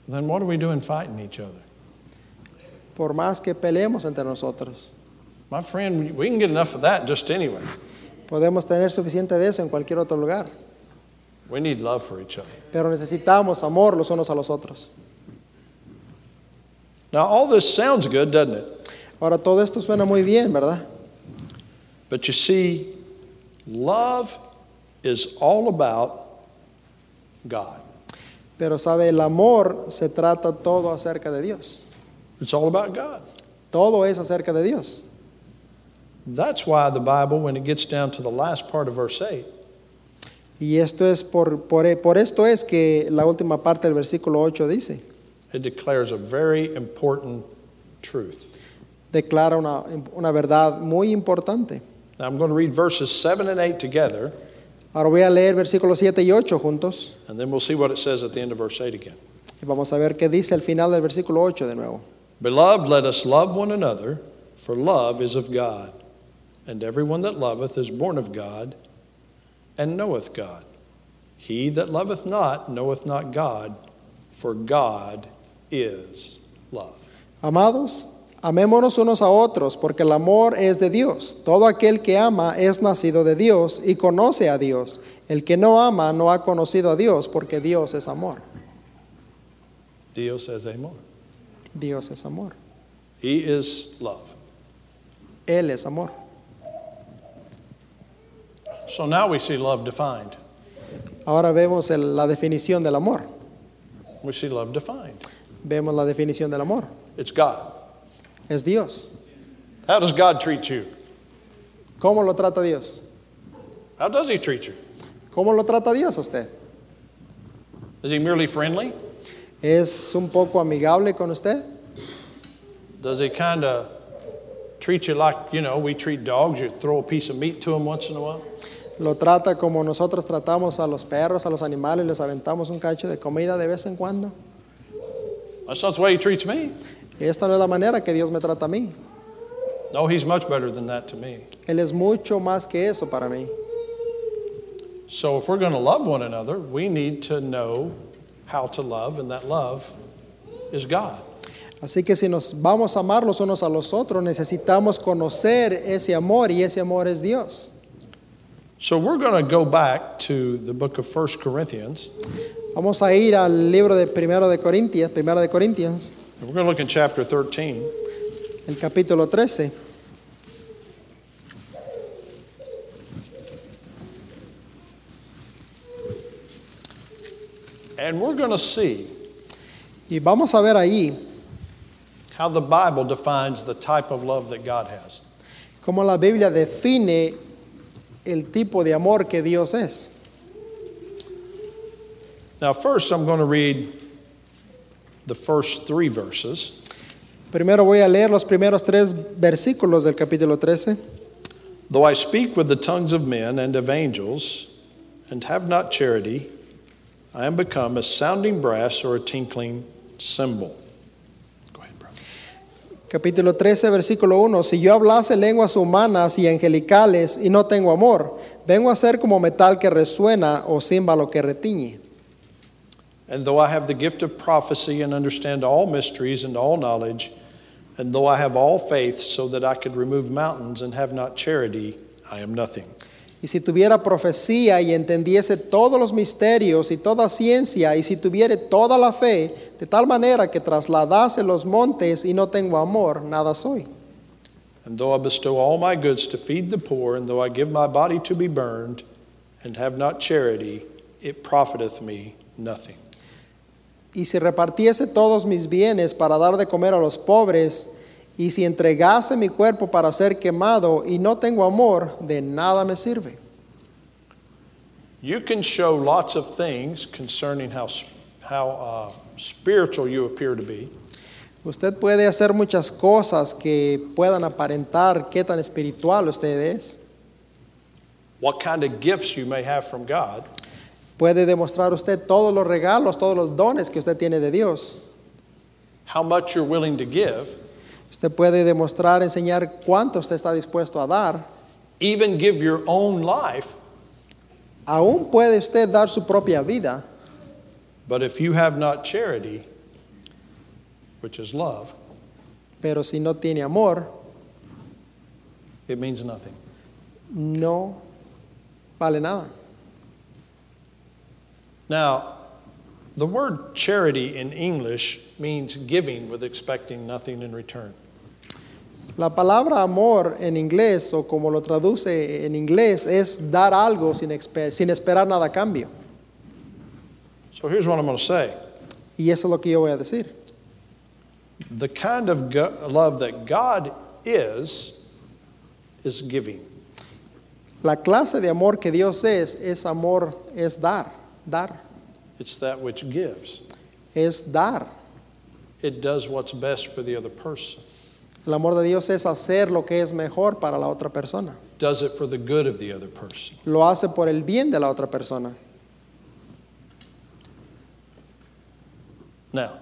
Speaker 1: Then what are we doing fighting each other?
Speaker 2: Por más que peleemos entre nosotros,
Speaker 1: My friend, we- we can get enough of that just anyway.
Speaker 2: podemos tener suficiente de eso en cualquier otro lugar,
Speaker 1: We need love for each other.
Speaker 2: pero necesitamos amor los unos a los otros.
Speaker 1: Now, all this sounds good, doesn't it?
Speaker 2: Ahora, todo esto suena muy bien, ¿verdad?
Speaker 1: But you see, love is all about God,
Speaker 2: Pero sabe, el amor se trata todo acerca de Dios.
Speaker 1: it's all about God.
Speaker 2: Todo es acerca de Dios.
Speaker 1: That's why the Bible, when it gets down to the last part of verse 8,
Speaker 2: Y esto es por, por, por esto es que la última parte del versículo 8 dice,
Speaker 1: it declares a very important truth.
Speaker 2: declara una, una verdad muy importante.
Speaker 1: Now, I'm going to read verses 7 and 8 together,
Speaker 2: Ahora voy a leer versículos 7 y 8 juntos
Speaker 1: and then we'll see what it says at the end of verse 8 again.
Speaker 2: y vamos a ver qué dice al final del versículo 8 de nuevo.
Speaker 1: Beloved, let us love one another, for love is of God. And everyone that loveth is born of God and knoweth God. He that loveth not knoweth not God, for God is love.
Speaker 2: Amados, amémonos unos a otros porque el amor es de Dios. Todo aquel que ama es nacido de Dios y conoce a Dios. El que no ama no ha conocido a Dios porque Dios es amor.
Speaker 1: Dios es amor.
Speaker 2: Dios es amor.
Speaker 1: He is love.
Speaker 2: Él es amor.
Speaker 1: So now we see love defined.
Speaker 2: Ahora vemos el- la definición del amor.
Speaker 1: We see love defined.
Speaker 2: Vemos la definición del amor.
Speaker 1: It's God.
Speaker 2: Es Dios.
Speaker 1: How does God treat you?
Speaker 2: ¿Cómo lo trata Dios?
Speaker 1: How does He treat you?
Speaker 2: ¿Cómo lo trata Dios a usted?
Speaker 1: Is He merely friendly?
Speaker 2: ¿Es un poco amigable con usted?
Speaker 1: Does He kind of treat you like, you know, we treat dogs? You throw a piece of meat to them once in a while?
Speaker 2: ¿Lo trata como nosotros tratamos a los perros, a los animales, les aventamos un cacho de comida de vez en cuando?
Speaker 1: That's not the way He treats me.
Speaker 2: Esta no es la manera que Dios me trata a mí.
Speaker 1: No, He's much better than that to me.
Speaker 2: Él es mucho más que eso para mí.
Speaker 1: So if we're going to love one another, we need to know how to love, and that love is God.
Speaker 2: Así que si nos vamos a amar los unos a los otros, necesitamos conocer ese amor y ese amor es Dios.
Speaker 1: So we're going to go back to the book of 1 Corinthians,
Speaker 2: Vamos a ir al libro de Primero de Corintias, Primera de Corintias,
Speaker 1: and we're going to look in chapter 13.
Speaker 2: el capítulo 13.
Speaker 1: And we're going to see
Speaker 2: Y vamos a ver ahí
Speaker 1: how the Bible defines the type of love that God has.
Speaker 2: cómo la Biblia define el tipo de amor que Dios es.
Speaker 1: Now, first, I'm going to read the first three verses.
Speaker 2: Primero voy a leer los primeros tres versículos del capítulo 13.
Speaker 1: Though I speak with the tongues of men and of angels, and have not charity, I am become a sounding brass or a tinkling cymbal. Go ahead, brother.
Speaker 2: Capítulo 13, versículo 1. Si yo hablase lenguas humanas y angelicales y no tengo amor, vengo a ser como metal que resuena o címbalo que retiñe.
Speaker 1: And though I have the gift of prophecy and understand all mysteries and all knowledge, and though I have all faith so that I could remove mountains and have not charity, I am nothing.
Speaker 2: Y si tuviera profecía y entendiese todos los misterios y toda ciencia, y si tuviere toda la fe, de tal manera que trasladase los montes y no tengo amor, nada soy.
Speaker 1: And though I bestow all my goods to feed the poor, and though I give my body to be burned, and have not charity, it profiteth me nothing.
Speaker 2: Y si repartiese todos mis bienes para dar de comer a los pobres, y si entregase mi cuerpo para ser quemado y no tengo amor, de nada me sirve.
Speaker 1: You can show lots of things concerning how, s- how uh, spiritual you appear to be,
Speaker 2: Usted puede hacer muchas cosas que puedan aparentar qué tan espiritual usted es.
Speaker 1: what kind of gifts you may have from God,
Speaker 2: Puede demostrar usted todos los regalos, todos los dones que usted tiene de Dios.
Speaker 1: how much you're willing to give,
Speaker 2: Usted puede demostrar, enseñar cuánto usted está dispuesto a dar.
Speaker 1: even give your own life.
Speaker 2: Aún puede usted dar su propia vida,
Speaker 1: But if you have not charity, which is love,
Speaker 2: pero si no tiene amor,
Speaker 1: it means nothing.
Speaker 2: no vale nada.
Speaker 1: Now, the word charity in English means giving with expecting nothing in return.
Speaker 2: La palabra amor en inglés, o como lo traduce en inglés, es dar algo sin, espe- sin esperar nada a cambio.
Speaker 1: So here's what I'm going to say
Speaker 2: Y eso es lo que yo voy a decir.
Speaker 1: the kind of go- love that God is, is giving.
Speaker 2: La clase de amor que Dios es, es amor, es dar, dar,
Speaker 1: It's that which gives,
Speaker 2: es dar.
Speaker 1: it does what's best for the other person,
Speaker 2: El amor de Dios es hacer lo que es mejor para la otra persona.
Speaker 1: does it for the good of the other person.
Speaker 2: Lo hace por el bien de la otra persona.
Speaker 1: Now,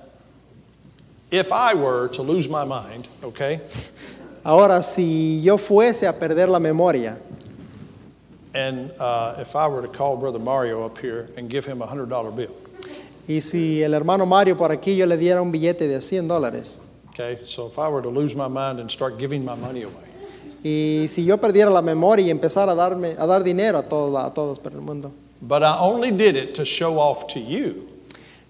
Speaker 1: if I were to lose my mind, okay,
Speaker 2: Ahora, si yo fuese a perder la memoria
Speaker 1: and uh, if I were to call Brother Mario up here and give him a $100 bill,
Speaker 2: y si el hermano Mario por aquí yo le diera un billete de 100 dólares
Speaker 1: Okay, so if I were to lose my mind and start giving my money away,
Speaker 2: y si yo perdiera la memoria y empezara a, darme, a dar dinero a, todo, a todos por el mundo,
Speaker 1: but I only did it to show off to you,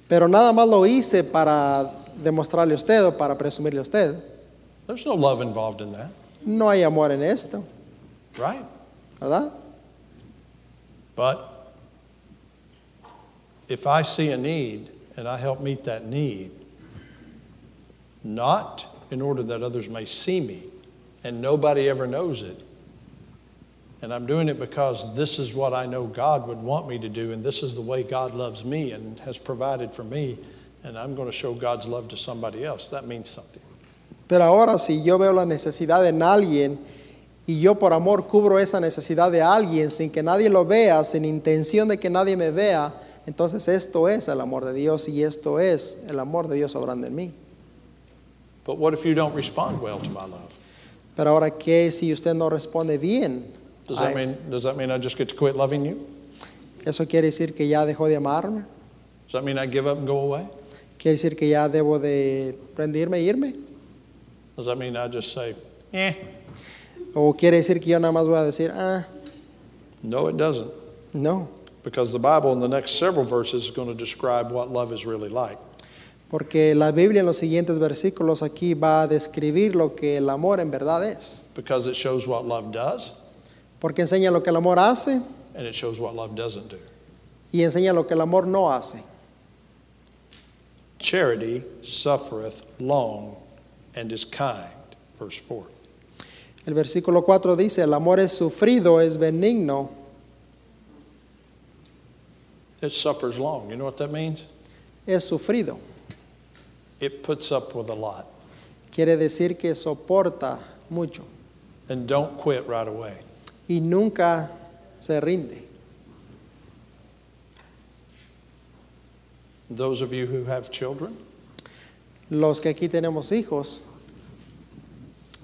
Speaker 2: Pero nada más lo hice para demostrarle a usted o para presumirle a usted.
Speaker 1: There's no love involved in that,
Speaker 2: No hay amor en esto,
Speaker 1: right?
Speaker 2: ¿verdad?
Speaker 1: But if I see a need and I help meet that need, not in order that others may see me and nobody ever knows it, and I'm doing it because this is what I know God would want me to do, and this is the way God loves me and has provided for me, and I'm going to show God's love to somebody else, that means something.
Speaker 2: Pero ahora si yo veo la necesidad en alguien y yo por amor cubro esa necesidad de alguien sin que nadie lo vea, sin intención de que nadie me vea, entonces esto es el amor de Dios y esto es el amor de Dios obrando en mí.
Speaker 1: But what if you don't respond well to my love?
Speaker 2: Pero ahora, ¿qué si usted no responde bien?
Speaker 1: Does
Speaker 2: a
Speaker 1: that
Speaker 2: eso?
Speaker 1: mean, does that mean I just get to quit loving you?
Speaker 2: ¿Eso quiere decir que ya dejó de amarme?
Speaker 1: Does that mean I give up and go away?
Speaker 2: ¿Quiere decir que ya debo de rendirme e irme?
Speaker 1: Does that mean I just say, eh?
Speaker 2: ¿O quiere decir que yo nada más voy a decir, ah,
Speaker 1: No, it doesn't.
Speaker 2: no?
Speaker 1: Because the Bible in the next several verses is going to describe what love is really like.
Speaker 2: Porque la Biblia en los siguientes versículos aquí va a describir lo que el amor en verdad es.
Speaker 1: Because it shows what love does
Speaker 2: Porque enseña lo que el amor hace
Speaker 1: and it shows what love doesn't do.
Speaker 2: y enseña lo que el amor no hace.
Speaker 1: Charity suffereth long and is kind. Verse 4.
Speaker 2: El versículo 4 dice, el amor es sufrido, es benigno.
Speaker 1: It suffers long. You know what that means?
Speaker 2: Es sufrido.
Speaker 1: It puts up with a lot.
Speaker 2: Quiere decir que soporta mucho
Speaker 1: And don't quit right away.
Speaker 2: y nunca se rinde.
Speaker 1: Those of you who have children,
Speaker 2: Los que aquí tenemos hijos,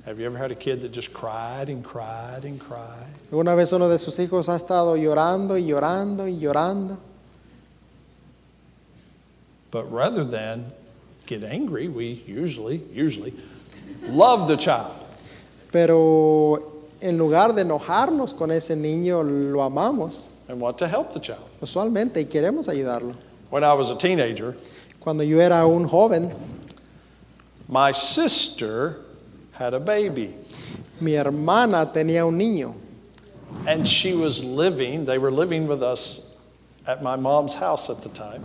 Speaker 1: have you ever had a kid that just cried and cried and cried?
Speaker 2: alguna vez uno de sus hijos ha estado llorando y llorando y llorando.
Speaker 1: But rather than get angry, we usually, usually, love the child.
Speaker 2: Pero en lugar de enojarnos con ese niño, lo amamos
Speaker 1: and want to help the child.
Speaker 2: usualmente y queremos ayudarlo.
Speaker 1: When I was a teenager,
Speaker 2: Cuando yo era un joven,
Speaker 1: my sister had a baby
Speaker 2: mi hermana tenía un niño
Speaker 1: and she was living, they were living with us at my mom's house at the time.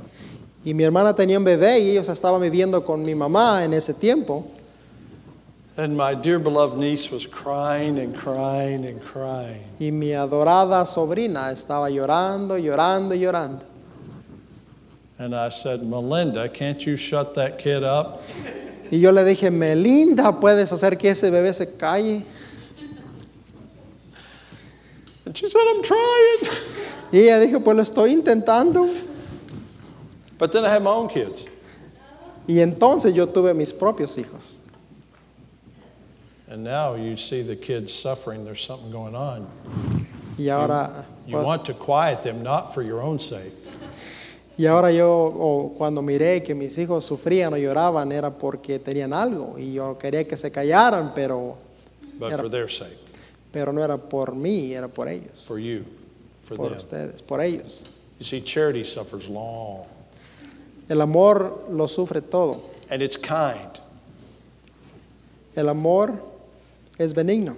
Speaker 2: y mi hermana tenía un bebé y ellos estaban viviendo con mi mamá en ese tiempo.
Speaker 1: And my dear beloved niece was crying and crying and crying.
Speaker 2: Y mi adorada sobrina estaba llorando, llorando, llorando.
Speaker 1: And I said, Melinda, can't you shut that kid up?
Speaker 2: Y yo le dije, Melinda, ¿puedes hacer que ese bebé se calle?
Speaker 1: And she said, I'm trying.
Speaker 2: Y ella dijo, pues lo estoy intentando.
Speaker 1: But then I had my own kids.
Speaker 2: Y entonces yo tuve mis propios hijos.
Speaker 1: And now you see the kids suffering, there's something going on.
Speaker 2: Y ahora,
Speaker 1: You want to quiet them, not for your own sake,
Speaker 2: y ahora yo, o cuando miré que mis hijos sufrían o lloraban, era porque tenían algo. Y yo quería que se callaran, pero,
Speaker 1: but for their sake,
Speaker 2: pero no era por mí, era por ellos.
Speaker 1: for you, for
Speaker 2: Por
Speaker 1: them.
Speaker 2: ustedes, por ellos.
Speaker 1: You see, charity suffers long,
Speaker 2: El amor lo sufre todo.
Speaker 1: and it's kind.
Speaker 2: El amor es benigno.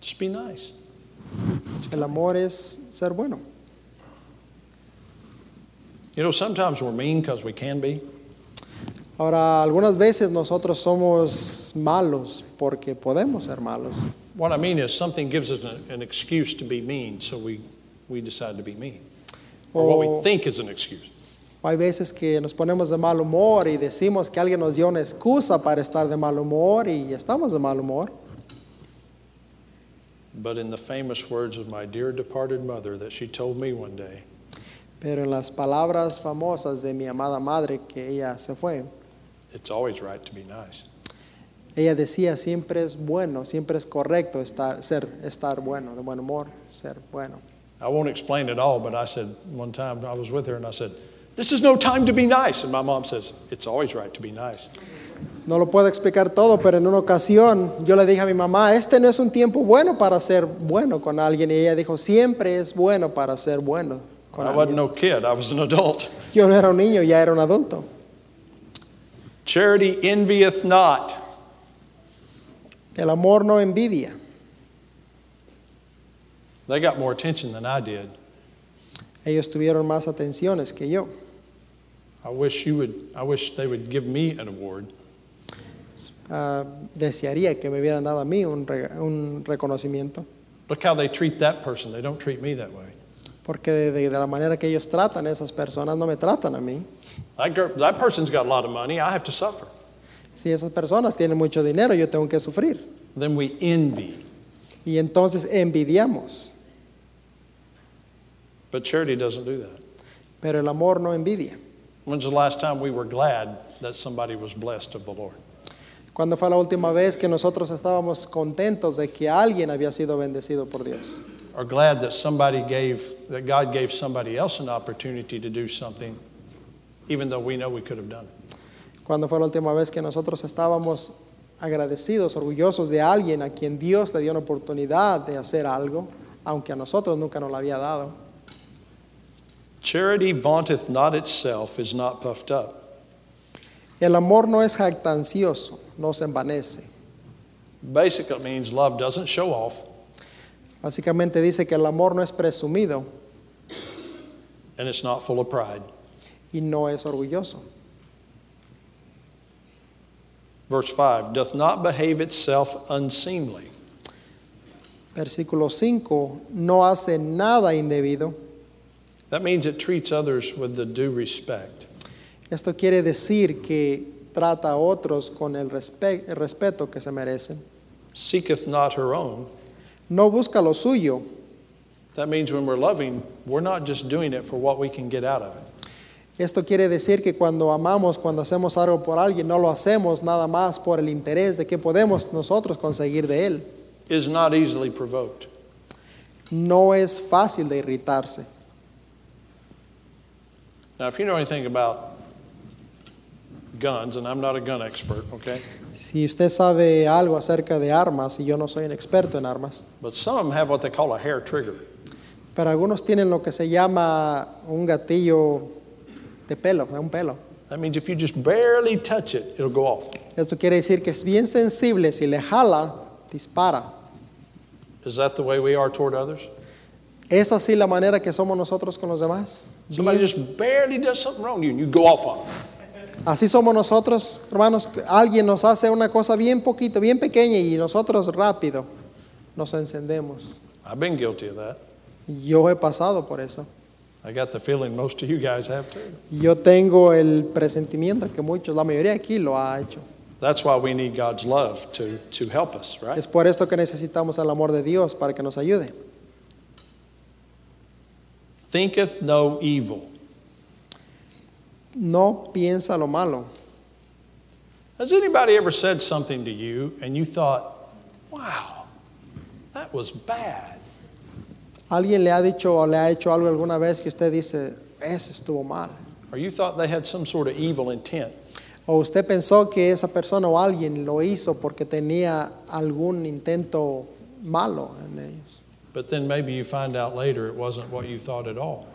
Speaker 1: Just be nice.
Speaker 2: El amor es ser bueno.
Speaker 1: You know, sometimes we're mean because we can be,
Speaker 2: Ahora, algunas veces nosotros somos malos porque podemos ser malos.
Speaker 1: What I mean is, something gives us an, an excuse to be mean, so we, we decide to be mean. Or what we
Speaker 2: O-
Speaker 1: think is an excuse.
Speaker 2: o hay veces que nos ponemos de mal humor y decimos que alguien nos dio una excusa para estar de mal humor y estamos de mal humor.
Speaker 1: But in the famous words of my dear departed mother that she told me one day,
Speaker 2: Pero en las palabras famosas de mi amada madre, que ella se fue,
Speaker 1: it's always right to be nice.
Speaker 2: ella decía siempre es bueno, siempre es correcto estar, ser, estar bueno, de buen humor, ser bueno.
Speaker 1: I won't explain it all, but I said one time I was with her and I said, This is no time to be nice. And my mom says, It's always right to be nice.
Speaker 2: No lo puedo explicar todo, pero en una ocasión yo le dije a mi mamá, este no es un tiempo bueno para ser bueno con alguien. Y ella dijo, siempre es bueno para ser bueno con
Speaker 1: I
Speaker 2: alguien.
Speaker 1: wasn't no kid, I was an adult.
Speaker 2: Yo no era un niño, ya era un adulto.
Speaker 1: Charity envieth not.
Speaker 2: El amor no envidia.
Speaker 1: They got more attention than I did.
Speaker 2: Ellos tuvieron más atenciones que yo.
Speaker 1: I wish you would, I wish they would give me an award.
Speaker 2: Ah, desearía que me hubieran dado a mí un, re- un reconocimiento,
Speaker 1: Look how they treat that person. They don't treat me that way.
Speaker 2: porque de, de- de la manera que ellos tratan a esas personas no me tratan a mí.
Speaker 1: That, girl, that person's got a lot of money. I have to suffer.
Speaker 2: Si esas personas tienen mucho dinero, yo tengo que sufrir.
Speaker 1: Then we envy.
Speaker 2: Y entonces envidiamos,
Speaker 1: But charity doesn't do that.
Speaker 2: pero el amor no envidia.
Speaker 1: When's the last time we were glad that somebody was blessed of the Lord?
Speaker 2: ¿Cuándo fue la última vez que nosotros estábamos contentos de que alguien había sido bendecido por Dios?
Speaker 1: Or glad that somebody gave, that God gave somebody else an opportunity to do something, even though we know we could have done it?
Speaker 2: ¿Cuándo fue la última vez que nosotros estábamos agradecidos, orgullosos de alguien a quien Dios le dio una oportunidad de hacer algo, aunque a nosotros nunca nos lo había dado?
Speaker 1: Charity vaunteth not itself, is not puffed up,
Speaker 2: El amor no es jactancioso, no se envanece.
Speaker 1: basically it means love doesn't show off
Speaker 2: Básicamente dice que el amor no es presumido
Speaker 1: and it's not full of pride.
Speaker 2: y no es orgulloso.
Speaker 1: Verse 5 doth not behave itself unseemly.
Speaker 2: Versículo 5, no hace nada indebido.
Speaker 1: That means it treats others with the due respect.
Speaker 2: Esto quiere decir que trata a otros con el, respe- el respeto que se merecen.
Speaker 1: Seeketh not her own.
Speaker 2: No busca lo suyo.
Speaker 1: That means when we're loving, we're not just doing it for what we can get out of it.
Speaker 2: Esto quiere decir que cuando amamos, cuando hacemos algo por alguien, no lo hacemos nada más por el interés de que podemos nosotros conseguir de él.
Speaker 1: Is not easily provoked.
Speaker 2: No es fácil de irritarse.
Speaker 1: Now, if you know anything about guns, and I'm not a gun expert, okay,
Speaker 2: Si usted sabe algo acerca de armas, y yo no soy un experto en armas,
Speaker 1: but some of them have what they call a hair trigger.
Speaker 2: pero algunos tienen lo que se llama un gatillo de pelo, de un pelo.
Speaker 1: That means if you just barely touch it, it'll go off.
Speaker 2: Esto quiere decir que es bien sensible, si le jala, dispara.
Speaker 1: Is that the way we are toward others?
Speaker 2: ¿Es así la manera que somos nosotros con los demás?
Speaker 1: Somebody
Speaker 2: Bien.
Speaker 1: just barely does something wrong to you, and you go off on them.
Speaker 2: Así somos nosotros, hermanos. Alguien nos hace una cosa bien poquito, bien pequeña y nosotros rápido nos encendemos.
Speaker 1: I've been guilty of that.
Speaker 2: Yo he pasado por eso.
Speaker 1: I got the feeling most of you guys have too.
Speaker 2: Yo tengo el presentimiento que muchos, la mayoría aquí lo ha hecho.
Speaker 1: That's why we need God's love to, to help us, right?
Speaker 2: Es por esto que necesitamos el amor de Dios para que nos ayude.
Speaker 1: Thinketh no evil.
Speaker 2: No piensa lo malo.
Speaker 1: Has anybody ever said something to you and you thought, wow, that was bad?
Speaker 2: ¿Alguien le ha dicho o le ha hecho algo alguna vez que usted dice, eso estuvo mal?
Speaker 1: Or you thought they had some sort of evil intent?
Speaker 2: ¿O usted pensó que esa persona o alguien lo hizo porque tenía algún intento malo en ellos?
Speaker 1: But then maybe you find out later it wasn't what you thought at all.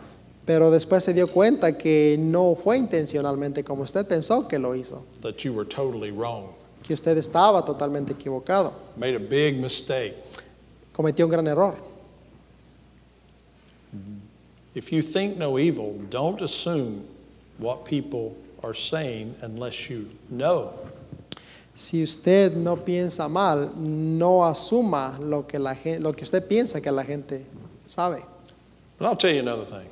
Speaker 2: Pero después se dio cuenta que no fue intencionalmente como usted pensó que lo hizo,
Speaker 1: That you were totally wrong,
Speaker 2: que usted estaba totalmente equivocado,
Speaker 1: made a big mistake.
Speaker 2: cometió un gran error.
Speaker 1: If you think no evil, don't assume what people are saying unless you know.
Speaker 2: Si usted no piensa mal, no asuma lo que, la gen- lo que usted piensa que la gente sabe.
Speaker 1: But I'll tell you another thing.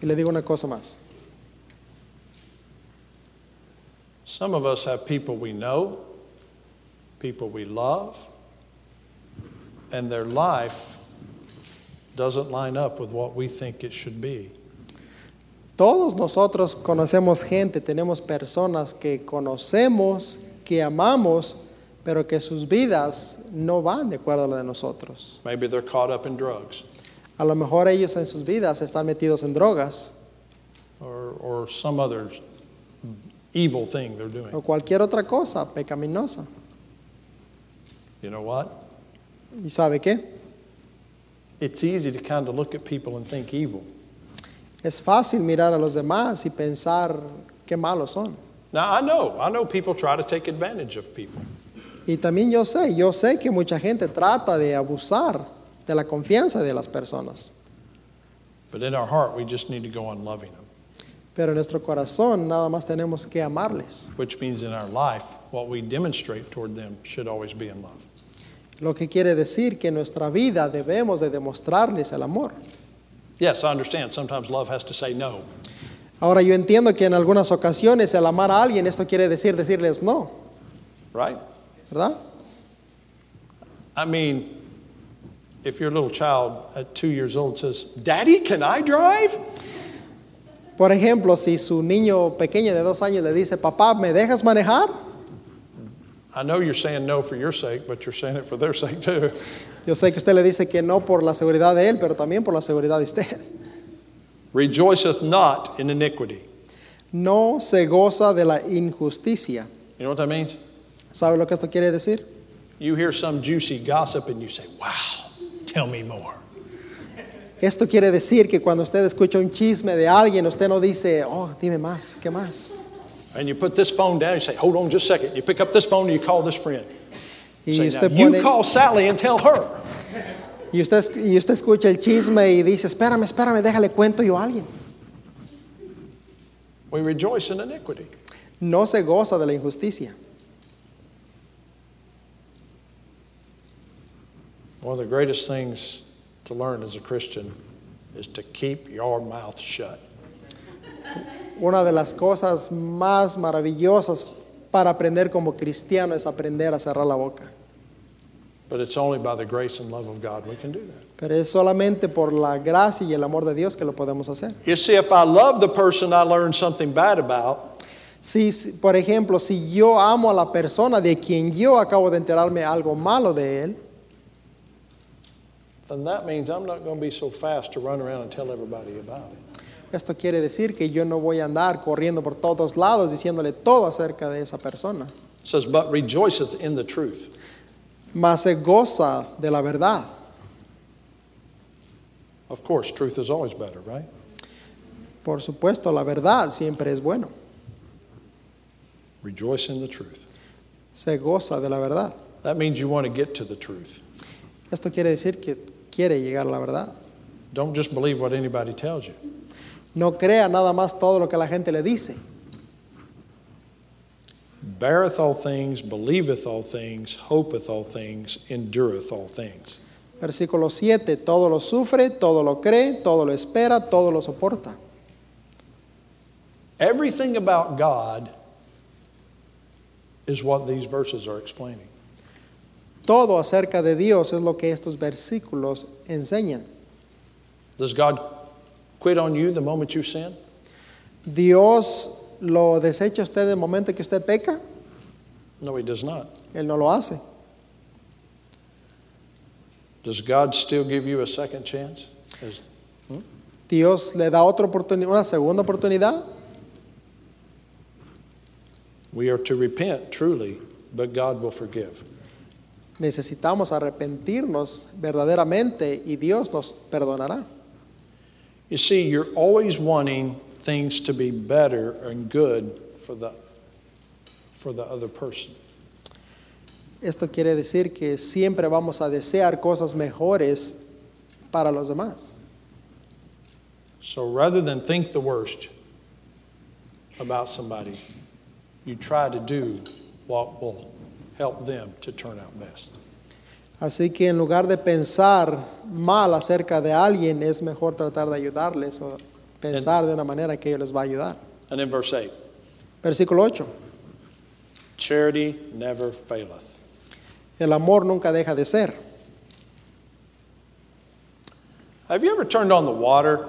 Speaker 2: Y le digo una cosa más.
Speaker 1: Some of us have people we know, people we love, and their life doesn't line up with what we think it should be.
Speaker 2: Todos nosotros conocemos gente, tenemos personas que conocemos, que amamos, pero que sus vidas no van de acuerdo a la de nosotros.
Speaker 1: Maybe they're caught up in drugs
Speaker 2: A lo mejor ellos en sus vidas están metidos en drogas
Speaker 1: or, or some other evil thing they're
Speaker 2: o
Speaker 1: doing.
Speaker 2: cualquier otra cosa pecaminosa.
Speaker 1: You know what?
Speaker 2: ¿Y sabe qué?
Speaker 1: It's easy to kind of look at people and think evil.
Speaker 2: Es fácil mirar a los demás y pensar qué malos son.
Speaker 1: Now, I know, I know people try to take advantage of people.
Speaker 2: Y también yo sé, yo sé que mucha gente trata de abusar de la confianza de las personas.
Speaker 1: But in our heart, we just need to go on loving them,
Speaker 2: Pero en nuestro corazón nada más tenemos que amarles.
Speaker 1: which means in our life, what we demonstrate toward them should always be in love.
Speaker 2: Lo que quiere decir que en nuestra vida debemos de demostrarles el amor.
Speaker 1: Yes, I understand. Sometimes love has to say no.
Speaker 2: Ahora yo entiendo que en algunas ocasiones el amar a alguien esto quiere decir decirles no,
Speaker 1: right?
Speaker 2: ¿verdad?
Speaker 1: I mean, if your little child at two years old says, Daddy, can I drive?
Speaker 2: Por ejemplo, si su niño pequeño de dos años le dice, papá, ¿me dejas manejar?
Speaker 1: I know you're saying no for your sake, but you're saying it for their sake too.
Speaker 2: Yo sé que usted le dice que no por la seguridad de él, pero también por la seguridad de usted.
Speaker 1: Rejoiceth not in iniquity.
Speaker 2: No se goza de la injusticia.
Speaker 1: You know what that means?
Speaker 2: ¿Sabe lo que esto quiere decir?
Speaker 1: You hear some juicy gossip and you say, Wow, tell me more.
Speaker 2: Esto quiere decir que cuando usted escucha un chisme de alguien, usted no dice, oh, dime más, ¿qué más?
Speaker 1: And you put this phone down, you say, Hold on just a second. You pick up this phone and you call this friend.
Speaker 2: Y
Speaker 1: Say,
Speaker 2: usted,
Speaker 1: "Now, you
Speaker 2: pone-
Speaker 1: call Sally and tell her.
Speaker 2: y, usted, es- y usted escucha el chisme y dice, espérame, espérame, déjale cuento yo a alguien.
Speaker 1: We rejoice in iniquity.
Speaker 2: No se goza de la injusticia.
Speaker 1: One of the greatest things to learn as a Christian is to keep your mouth shut.
Speaker 2: Una de las cosas más maravillosas para aprender como cristiano es aprender a cerrar la boca.
Speaker 1: But it's only by the grace and love of God we can do that.
Speaker 2: Pero es solamente por la gracia y el amor de Dios que lo podemos hacer.
Speaker 1: You see, if I love the person I learned something bad about,
Speaker 2: Si, si- por ejemplo, si yo amo a la persona de quien yo acabo de enterarme algo malo de él,
Speaker 1: then that means I'm not going to be so fast to run around and tell everybody about it.
Speaker 2: esto quiere decir que yo no voy a andar corriendo por todos lados diciéndole todo acerca de esa persona,
Speaker 1: It says, but rejoiceth in the truth.
Speaker 2: mas se goza de la verdad.
Speaker 1: Of course, truth is always better, right?
Speaker 2: Por supuesto, la verdad siempre es bueno.
Speaker 1: Rejoice in the truth.
Speaker 2: Se goza de la verdad.
Speaker 1: That means you want to get to the truth.
Speaker 2: Esto quiere decir que quiere llegar a la verdad.
Speaker 1: Don't just believe what anybody tells you.
Speaker 2: No crea nada más todo lo que la gente le dice.
Speaker 1: Beareth all things, believeth all things, hopeth all things, endureth all things.
Speaker 2: Versículo 7, todo lo sufre, todo lo cree, todo lo espera, todo lo soporta.
Speaker 1: Everything about God is what these verses are explaining.
Speaker 2: Todo acerca de Dios es lo que estos versículos enseñan.
Speaker 1: Does God quit on you the moment you sin?
Speaker 2: Dios lo desecha a usted en el momento que usted peca,
Speaker 1: No, He does not.
Speaker 2: Él no lo hace.
Speaker 1: Does God still give you a second chance? Is-
Speaker 2: Dios le da otra oportunidad, una segunda oportunidad.
Speaker 1: we are to repent truly, but God will forgive.
Speaker 2: Necesitamos arrepentirnos verdaderamente y Dios nos perdonará.
Speaker 1: You see, you're always wanting things to be better and good for the, for the other person.
Speaker 2: Esto quiere decir que siempre vamos a desear cosas mejores para los demás.
Speaker 1: So rather than think the worst about somebody, you try to do what will help them to turn out best.
Speaker 2: Así que en lugar de pensar mal acerca de alguien, es mejor tratar de ayudarles o pensar de una manera que ellos les va a ayudar.
Speaker 1: And in verse 8,
Speaker 2: Versículo 8.
Speaker 1: charity never faileth.
Speaker 2: El amor nunca deja de ser.
Speaker 1: Have you ever turned on the water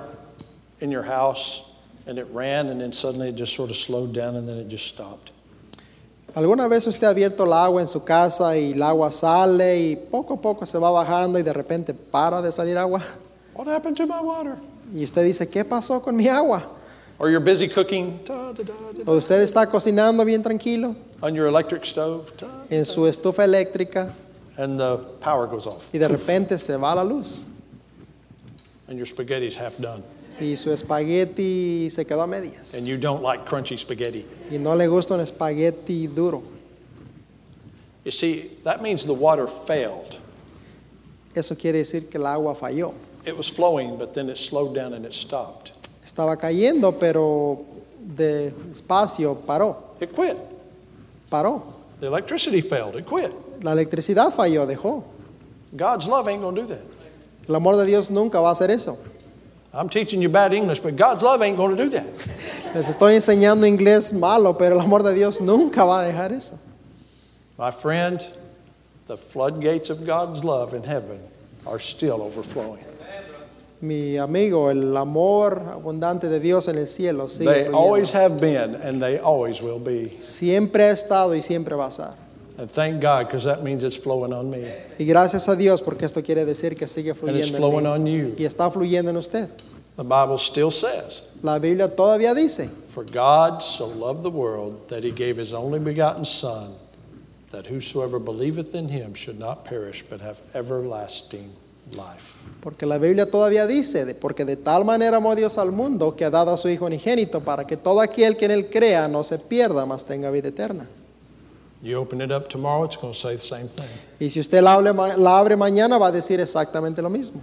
Speaker 1: in your house and it ran and then suddenly it just sort of slowed down and then it just stopped?
Speaker 2: ¿Alguna vez usted ha abierto el agua en su casa y el agua sale y poco a poco se va bajando y de repente para de salir agua?
Speaker 1: What happened to my water?
Speaker 2: Y usted dice, ¿qué pasó con mi agua?
Speaker 1: Or you're busy cooking da, da, da, da, da,
Speaker 2: O usted está cocinando bien tranquilo
Speaker 1: on your electric stove da,
Speaker 2: en su estufa eléctrica
Speaker 1: and the power goes off.
Speaker 2: y de repente se va la luz.
Speaker 1: and your spaghetti's half done,
Speaker 2: y su espagueti se quedó a medias
Speaker 1: and you don't like crunchy spaghetti.
Speaker 2: y no le gusta un espagueti duro.
Speaker 1: You see, that means the water failed.
Speaker 2: Eso quiere decir que el agua falló.
Speaker 1: It was flowing, but then it slowed down and it stopped.
Speaker 2: Estaba cayendo, pero de espacio paró,
Speaker 1: It quit.
Speaker 2: paró.
Speaker 1: The electricity failed. It quit.
Speaker 2: La electricidad falló, dejó.
Speaker 1: God's love ain't going to do that.
Speaker 2: El amor de Dios nunca va a hacer eso.
Speaker 1: I'm teaching you bad English, but God's love ain't going to do that.
Speaker 2: Les estoy enseñando inglés malo, pero el amor de Dios nunca va a dejar eso.
Speaker 1: My friend, the floodgates of God's love in heaven are still overflowing.
Speaker 2: Mi amigo, el amor abundante de Dios en el cielo sigue
Speaker 1: They
Speaker 2: fluyendo.
Speaker 1: always have been, and they always will be.
Speaker 2: siempre ha estado y siempre va a estar.
Speaker 1: And thank God, because that means it's flowing on me,
Speaker 2: Y gracias a Dios porque esto quiere decir que sigue
Speaker 1: and it's
Speaker 2: fluyendo en
Speaker 1: flowing
Speaker 2: mí.
Speaker 1: on you.
Speaker 2: y está fluyendo en usted.
Speaker 1: The Bible still says,
Speaker 2: La Biblia todavía dice,
Speaker 1: For God so loved the world that he gave his only begotten Son, that whosoever believeth in him should not perish, but have everlasting life.
Speaker 2: porque la Biblia todavía dice, de- porque de tal manera amó Dios al mundo que ha dado a su Hijo unigénito para que todo aquel que en él crea no se pierda, mas tenga vida eterna.
Speaker 1: You open it up tomorrow, it's going to say the same thing.
Speaker 2: Y si usted la, hable ma- la abre mañana va a decir exactamente lo mismo.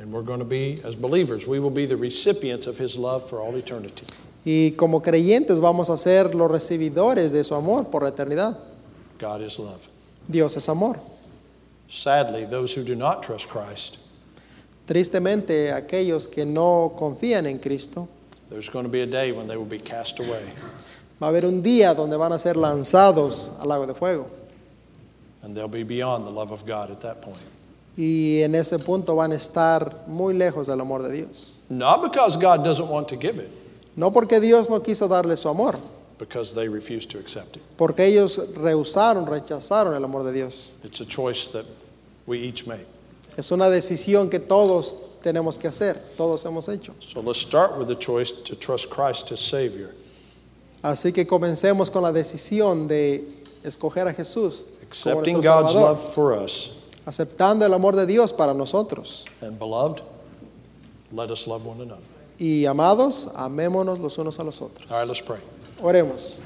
Speaker 1: And we're going to be, as believers, we will be the recipients of his love for all eternity.
Speaker 2: Y como creyentes vamos a ser los recibidores de su amor por la eternidad.
Speaker 1: God is love.
Speaker 2: Dios es amor.
Speaker 1: Sadly, those who do not trust Christ,
Speaker 2: Tristemente, aquellos que no confían en Cristo,
Speaker 1: there's going to be a day when they will be cast away.
Speaker 2: va a haber un día donde van a ser lanzados al lago de fuego.
Speaker 1: And they'll be beyond the love of God at that point.
Speaker 2: Y en ese punto van a estar muy lejos del amor de Dios.
Speaker 1: Not because God doesn't want to give it,
Speaker 2: No porque Dios no quiso darles su amor,
Speaker 1: because they refuse to accept it.
Speaker 2: porque ellos rehusaron, rechazaron el amor de Dios.
Speaker 1: It's a choice that we each make.
Speaker 2: Es una decisión que todos tenemos que hacer, todos hemos hecho.
Speaker 1: So let's start with the choice to trust Christ as Savior,
Speaker 2: Así que comencemos con la decisión de escoger a Jesús, como
Speaker 1: accepting
Speaker 2: nuestro
Speaker 1: God's
Speaker 2: Salvador,
Speaker 1: love for us.
Speaker 2: aceptando el amor de Dios para nosotros.
Speaker 1: And beloved, let us love one another.
Speaker 2: Y amados, amémonos los unos a los otros.
Speaker 1: All right, let's pray.
Speaker 2: Oremos.